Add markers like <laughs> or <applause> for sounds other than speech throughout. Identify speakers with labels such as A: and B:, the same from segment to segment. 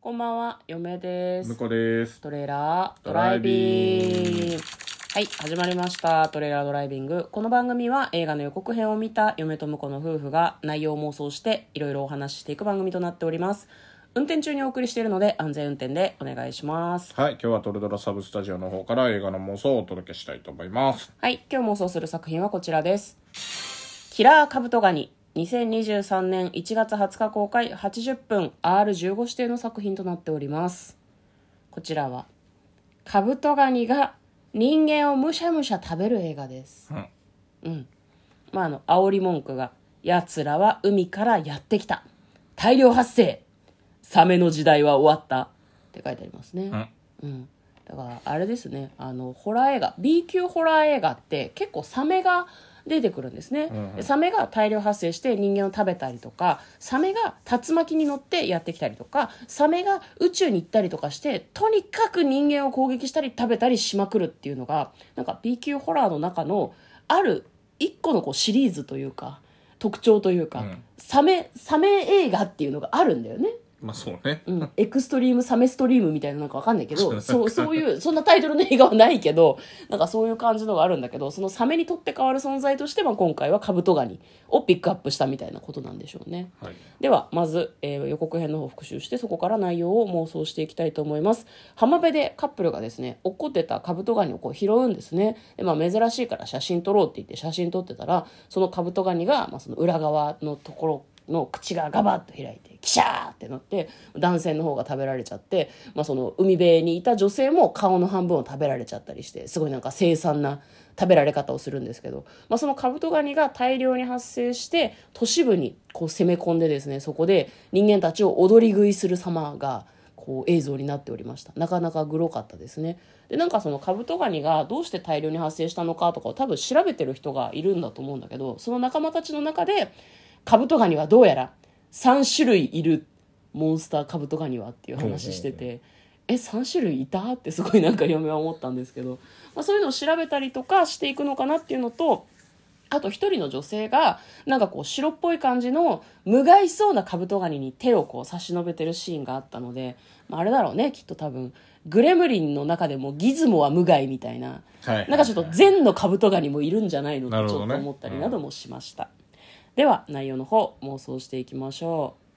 A: こんばんは、嫁です
B: 向。こうです。
A: トレーラード
B: ド
A: ラ
B: ラ
A: イ
B: イ
A: ビ
B: ビ
A: ング。はい、始まりました。トレーラードライビング。この番組は映画の予告編を見た嫁と婿の夫婦が内容を妄想していろいろお話ししていく番組となっております。運転中にお送りしているので安全運転でお願いします。
B: はい、今日はトルドラサブスタジオの方から映画の妄想をお届けしたいと思います。
A: はい、今日妄想する作品はこちらです。キラーカブトガニ。2023年1月20日公開80分 R15 指定の作品となっております。こちらは、カブトガニが人間をむしゃむしゃ食べる映画です。
B: う
A: う
B: ん
A: ん。まあ、あの、煽り文句が、奴らは海からやってきた。大量発生。サメの時代は終わった。って書いてありますね。
B: うん、
A: うん、だからあれですねあのホラー映画 B 級ホラー映画って結構サメが出てくるんですね、
B: うんうん
A: サメが大量発生して人間を食べたりとかサメが竜巻に乗ってやってきたりとかサメが宇宙に行ったりとかしてとにかく人間を攻撃したり食べたりしまくるっていうのがなんか B 級ホラーの中のある一個のこうシリーズというか特徴というか、
B: うん
A: サメサメ映画っていうのがあるんだよね。
B: まあそうね。
A: うん、エクストリームサメストリームみたいななんかわかんないけどそうそういうそんなタイトルの映画はないけど <laughs> なんかそういう感じのがあるんだけどそのサメにとって変わる存在として、まあ、今回はカブトガニをピックアップしたみたいなことなんでしょうね。
B: はい。
A: ではまず、えー予告編の方を復習してそこから内容を妄想していきたいと思います浜辺でカップルがですね落っこってたカブトガニをこう拾うんですねで、まあ、珍しいから写真撮ろうって言って写真撮ってたらそのカブトガニが、まあ、その裏側のところの口がガバッと開いてキシャーってなって男性の方が食べられちゃって、まあ、その海辺にいた女性も顔の半分を食べられちゃったりしてすごいなんか凄惨な食べられ方をするんですけど、まあ、そのカブトガニが大量に発生して都市部にこう攻め込んでですねそこで人間たちを踊り食いする様がこう映像になっておりましたなかなかグロかったですねでなんかそのカブトガニがどうして大量に発生したのかとかを多分調べてる人がいるんだと思うんだけどその仲間たちの中でカブトガニはどうやら3種類いるモンスターカブトガニはっていう話してて、え3種類いたってすごいなんか嫁は思ったんですけど、まあ、そういうのを調べたりとかしていくのかなっていうのとあと一人の女性がなんかこう白っぽい感じの無害そうなカブトガニに手をこう差し伸べてるシーンがあったので、まあ、あれだろうねきっと多分グレムリンの中でもギズモは無害みたいな
B: はい。
A: <laughs> なんかちょっと善のカブトガニもいるんじゃないのって
B: なる
A: ち
B: ほ
A: ょ
B: ど
A: っ
B: ね
A: と思ったりなどもしました、では内容の方妄想していきましょう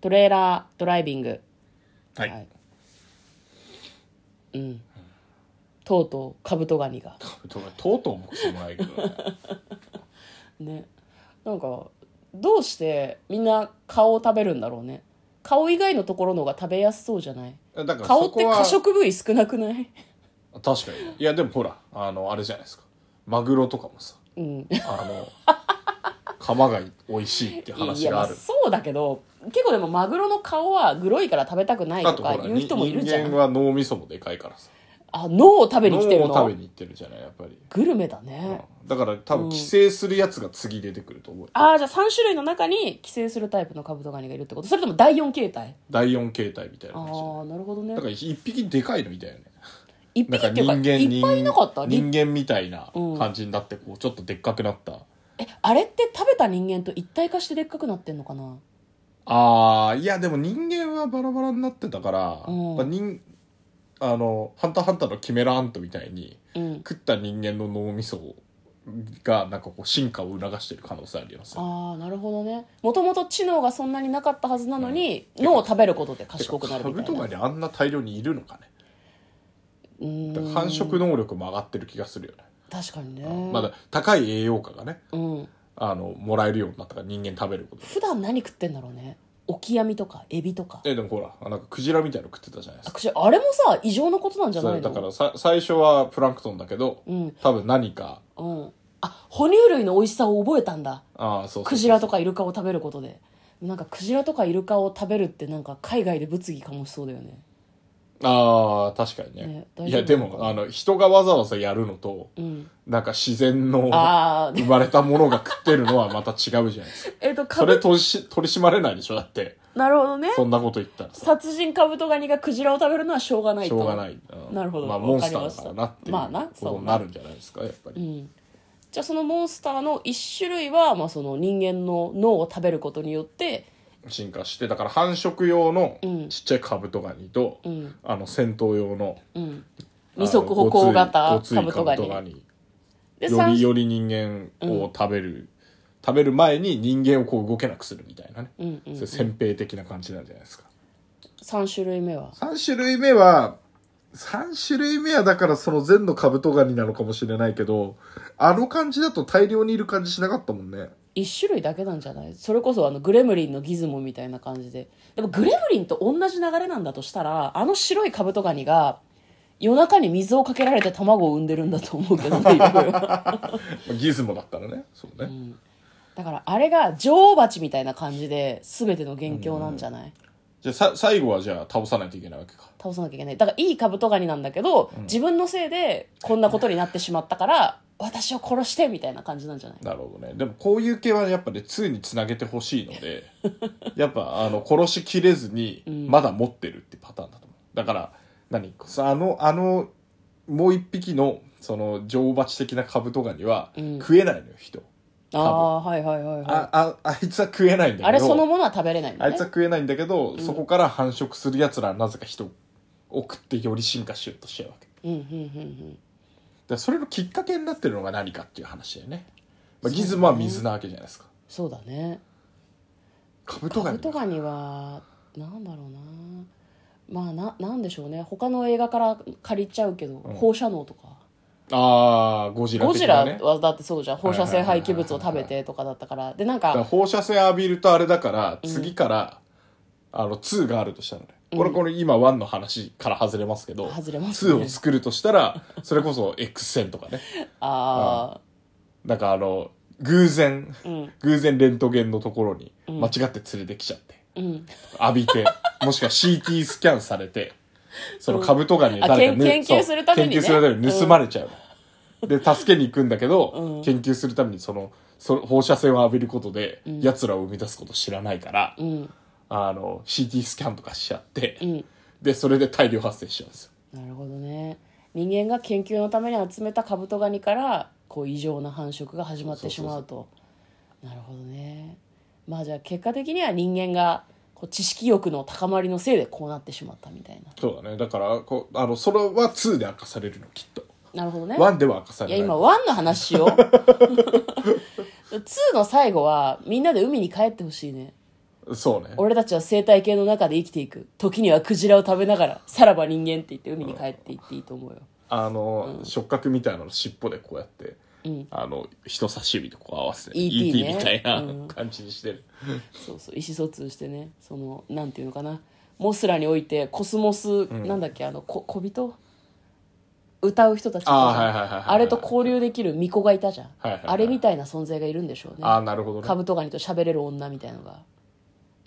A: トレーラードライビングは
B: は
A: い
B: い。
A: うんとうとうカブトガニ
B: <laughs>
A: が
B: カブトガニとうとうもくそもないけどね。
A: ねなんかどうしてみんな顔を食べるんだろうね顔以外のところの方が食べやすそうじゃない
B: だから
A: 顔
B: そ
A: って
B: こは
A: 可食部位少なくない <laughs>
B: 確かにね。いやでもほらあのあれじゃないですか。マグロとかもさ
A: うん
B: あ
A: <laughs>
B: の釜が美味しいって
A: い
B: 話
A: やま
B: があ
A: あ
B: る。
A: そうだけど結構でもマグロの顔はグロいから食べたくない
B: あ
A: と
B: とほ
A: から言う
B: に人
A: 人もいるじゃ
B: 間
A: ん
B: は脳みそもでかいからさ。
A: あ脳を食べに来てる
B: 脳を食べ
A: の
B: に行ってるじゃないやっぱり。
A: グルメだね、
B: だから多分寄生するやつが次出てくると思うよ。
A: ああじゃあ3種類の中に寄生するタイプのカブトガニがいるってことそれとも第4形態
B: 第四形態みたいな
A: あ
B: 感じ
A: あなるほどね
B: だから一匹でかいのみたいよね
A: 一匹
B: なんか
A: っていう
B: 人
A: か
B: 間
A: いっぱいいなかった
B: 人人間みたいな
A: うん
B: 感じになってこうちょっとでっかくなった、
A: えあれって食べた人間と一体化してでっかくなってんのかな
B: ああいやでも人間はバラバラになってたから、
A: うん
B: まあ人あの「ハンターハンター」のキメラアントみたいに
A: うん
B: 食った人間の脳みそがなんかこう進化を促してる可能性ありますよ
A: ああなるほどねもともと知能がそんなになかったはずなのに、脳を食べることで賢くなるみた
B: てかカブ
A: い
B: トガ
A: な
B: ニあんな大量にいるのかね
A: うーん
B: だから繁殖能力も上がってる気がするよね、
A: 確かにね、
B: まだ高い栄養価がね
A: うん
B: あのもらえるようになったから人間食べることで
A: 普段何食ってんだろうねオキアミとかエビとか
B: えでもほらあなんかクジラみたいなの食ってたじゃないですか
A: 私あれもさ異常なことなんじゃ
B: そ
A: な
B: れ
A: い
B: だ
A: の
B: からさ最初はプランクトンだけど、
A: うん
B: 多分何か
A: うんあ哺乳類の美味しさを覚えたんだ
B: ああそうそう
A: クジラとかイルカを食べることでなんかクジラとかイルカを食べるってなんか海外で物議かもしそうだよね
B: ああ確かにね
A: ね大丈夫
B: いやでもあの人がわざわざやるのと
A: うん
B: なんか自然の
A: ああ
B: 生まれたものが食ってるのはまた違うじゃないですか
A: えっと <laughs> カ
B: それ
A: ブ
B: 取りし取り締まれないでしょだって
A: なるほどね
B: そんなこと言ったらさ
A: 殺人カブトガニがクジラを食べるのはしょうがない
B: し
A: と
B: ょうがない、うん
A: なるほど
B: まあモ
A: わ
B: ン
A: か
B: ス
A: り
B: ター
A: ま
B: だ
A: し
B: か
A: た
B: らなっていう
A: まあなそう
B: ことになるんじゃないですかやっぱり、
A: うん、じゃあそのモンスターの1種類は、まあ、その人間の脳を食べることによって
B: 進化してだから繁殖用の
A: うん
B: ちっちゃいカブトガニと、
A: うん
B: あの戦闘用の
A: うん二足歩行型カブトガニ
B: ニ
A: で
B: よ
A: 三
B: りより人間を食べる、食べる前に人間をこう動けなくするみたいなね、
A: うんうん
B: それ先兵的な感じなんじゃないですか
A: 三種類目は
B: 3種類目は3種類目はだからその善のカブトガニなのかもしれないけどあの感じだと大量にいる感じしなかったもんね
A: 一種類だけなんじゃないそれこそあのグレムリンのギズモみたいな感じででもグレムリンと同じ流れなんだとしたらあの白いカブトガニが夜中に水をかけられて卵を産んでるんだと思うけどね <laughs> いろいろ
B: まあギズモだったらねそうね、
A: だからあれが女王蜂みたいな感じで全ての元凶なんじゃない、
B: じゃあさ最後はじゃあ倒さないといけないわけか
A: 倒さなきゃいけないだからいいカブトガニなんだけど、自分のせいでこんなことになってしまったから私を殺してみたいな感じなんじゃない
B: なるほどねでもこういう系はやっぱね2につなげてほしいので <laughs> やっぱあの殺しきれずにまだ持ってるってパターンだと思うだから何あのあのもう一匹のその女王蜂的なカブトガニは
A: うん
B: 食えないのよ人、
A: ああはいはいはいはいあ
B: あああいつは食えないんだけど
A: れそのものは食べれないんだ
B: あい
A: ね
B: つは食えないんだけど、そこから繁殖するやつらはなぜか人を食ってより進化しようとしちゃうわけだか
A: うんうんうんうん
B: らそれのきっかけになってるのが何かっていう話だよね、まあ、ギズモは水なわけじゃないですか
A: そうだね
B: カブト
A: カ
B: ガ
A: ブ
B: ニ
A: トガニはなんだろうなまあななんでしょうね他の映画から借りちゃうけど、放射能とか
B: ああゴジラ
A: ゴ
B: 的
A: ジラ
B: なね
A: はだってそうじゃん放射性廃棄物を食べてとかだったからでなん
B: だか
A: か
B: ら放射線浴びるとあれだから次から、あの2があるとしたらねこれこれ今1の話から外れますけど、
A: 外れますね
B: 2を作るとしたらそれこそ X 線とかね
A: あ
B: なんかあの偶然、
A: あうん
B: 偶然レントゲンのところに間違って連れてきちゃって、
A: うん
B: 浴
A: <laughs>
B: びてもしくは CT スキャンされてそのカブトガニを
A: あ
B: ね
A: 研研究するためにね
B: そう研究するために盗まれちゃう、で助けに行くんだけど、
A: うん
B: 研究するためにそのその放射線を浴びることで、奴らを生み出すことを知らないから、
A: うん
B: あの CT スキャンとかしちゃって、
A: うん
B: でそれで大量発生しちゃうんですよ
A: なるほどね人間が研究のために集めたカブトガニからこう異常な繁殖が始まってしまうとなるほどねまあじゃあ結果的には人間がこう知識欲の高まりのせいでこうなってしまったみたいな
B: そうだねだからこうあのそれは2で明かされるのきっと
A: なるほどね
B: 1では明かさ
A: い
B: れ
A: や
B: ない
A: 今ワンの話しよう <laughs> 2の最後はみんなで海に帰ってほしいね
B: そうね
A: 俺たちは生態系の中で生きていく時にはクジラを食べながらさらば人間って言って海に帰っていっていいと思うよ
B: あの、触覚みたいなの尻尾でこうやって、
A: うん
B: あの人差し指とこう合わせて
A: ET ね
B: ET みたいな
A: うん
B: 感じにしてる、
A: そうそう意思疎通してねそのなんていうのかなモスラにおいてコスモス、なんだっけあのこ小人歌う人たちいたじゃん
B: あーはいはいはいはいはい
A: あれと交流できる巫女がいたじゃん、
B: はいはいはい
A: あれみたいな存在がいるんでしょうね
B: ああなるほど
A: カ
B: ね
A: ブトガニと喋れる女みたいのが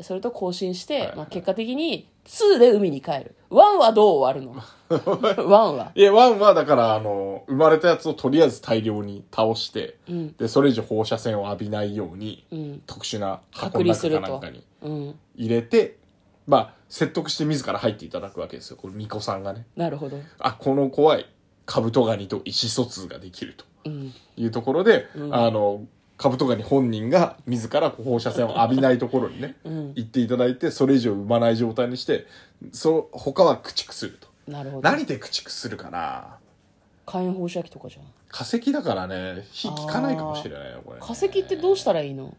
A: それと交信して、
B: はい
A: まあ、結果的に2で海に帰る1はどう終
B: <laughs>
A: わるの1はい
B: やワンはだからあの生まれたやつをとりあえず大量に倒して、
A: うん
B: でそれ以上放射線を浴びないように、
A: うん
B: 特殊な
A: 隔
B: 箱の
A: 離す
B: 中
A: る
B: かなん
A: と
B: かに
A: うん
B: 入れてまあ説得して自ら入っていただくわけですよこれ巫女さんがね
A: なるほど
B: あこの怖いカブトガニと意思疎通ができると
A: うん
B: いうところで、あのカブトガニ本人が自ら放射線を浴びないところにね、
A: ん
B: 行っていただいてそれ以上産まない状態にしてその他は駆逐すると
A: なるほど
B: 何で駆逐するかな
A: 火炎放射器とかじゃん
B: 化石だからね火効かないかもしれないよこれね、
A: 化石ってどうしたらいいの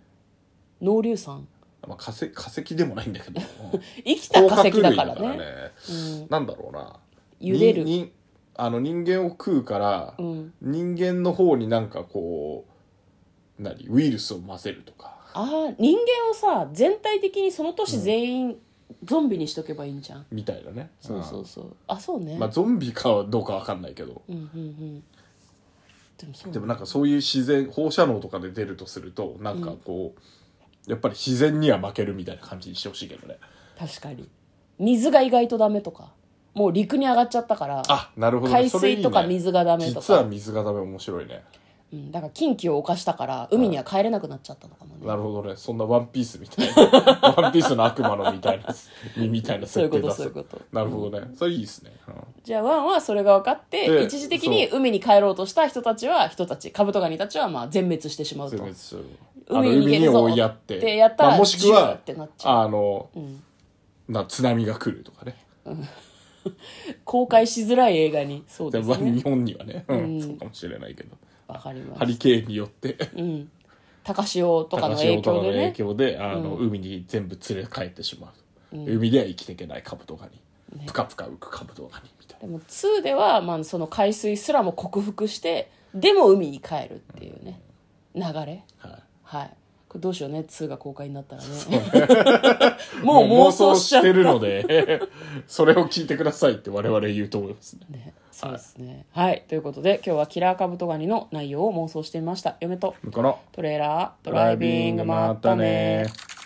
A: 濃硫酸
B: まあ、化石化石でもないんだけど
A: <laughs> 生きた化石だからね
B: 甲殻類なんだろうな
A: 茹でる
B: ににあの人間を食うから、
A: うん
B: 人間の方になんかこう何ウイルスを混ぜるとか
A: ああ人間をさ全体的にその年全員ゾンビにしとけばいいんじゃん、
B: みたいなね
A: そうそうそうあそうね、
B: うんまあゾンビかはどうかわかんないけど
A: うんうんうんでもそう
B: でもなんかそういう自然放射能とかで出るとするとなんかこう、やっぱり自然には負けるみたいな感じにしてほしいけどね
A: 確かに水が意外とダメとかもう陸に上がっちゃったから
B: あなるほどね、
A: 海
B: それいい
A: 水
B: ね
A: とか水がダメと
B: 実は
A: か、
B: 水がダメ面白いね
A: うん、だから近畿を犯したから海には帰れなくなっちゃったのかもね、
B: なるほどねそんなワンピースみたい
A: <laughs>
B: なワンピースの悪魔のみたいなみたいな
A: そうい
B: 設
A: うこと
B: 定出
A: そうい
B: す
A: うこと
B: なるほどね、それいいですね、うん
A: じゃあワンはそれが分かって
B: で
A: 一時的に海に帰ろうとした人たちは人たちカブトガニたちはまあ全滅してしまう
B: 全
A: と
B: 滅しちゃうあの
A: 海に逃げ
B: 海に
A: るぞ
B: 追いやって
A: でやったら
B: まあ、もしく
A: ジュー
B: は
A: ってなっちゃ
B: あの、
A: ん
B: な津波が来るとかね
A: 公開しづらい映画にそう
B: で
A: です
B: まあ
A: ね
B: 日本にはね、うん
A: うん
B: そうかもしれないけど
A: わかります
B: ハリケーンによって
A: うん高潮とかの
B: 高
A: 影
B: 潮と
A: 響
B: かの
A: で
B: 影
A: ね
B: 響であの、
A: う
B: 海に全部連れ帰ってしまう、海では生きていけないカブトガニ、プカプカ浮くカブトガニみたい
A: でも2では、まあ、その海水すらも克服してでも海に帰るっていうね流れ
B: な、はい
A: はいこれどうしようね2が公開になったらね <laughs> もう
B: もう
A: 妄想しちゃっ
B: して
A: た
B: るので <laughs> それを聞いてくださいって我々言うと思いますね
A: ね、そうですねはい、ということで今日はキラーカブトガニの内容を妄想してみました嫁と
B: この
A: トレーラード
B: ド
A: ラ
B: ラ
A: イ
B: イ
A: ビ
B: ビ
A: ン
B: ン
A: グ
B: グ
A: ま
B: ま
A: った
B: た
A: ね
B: ね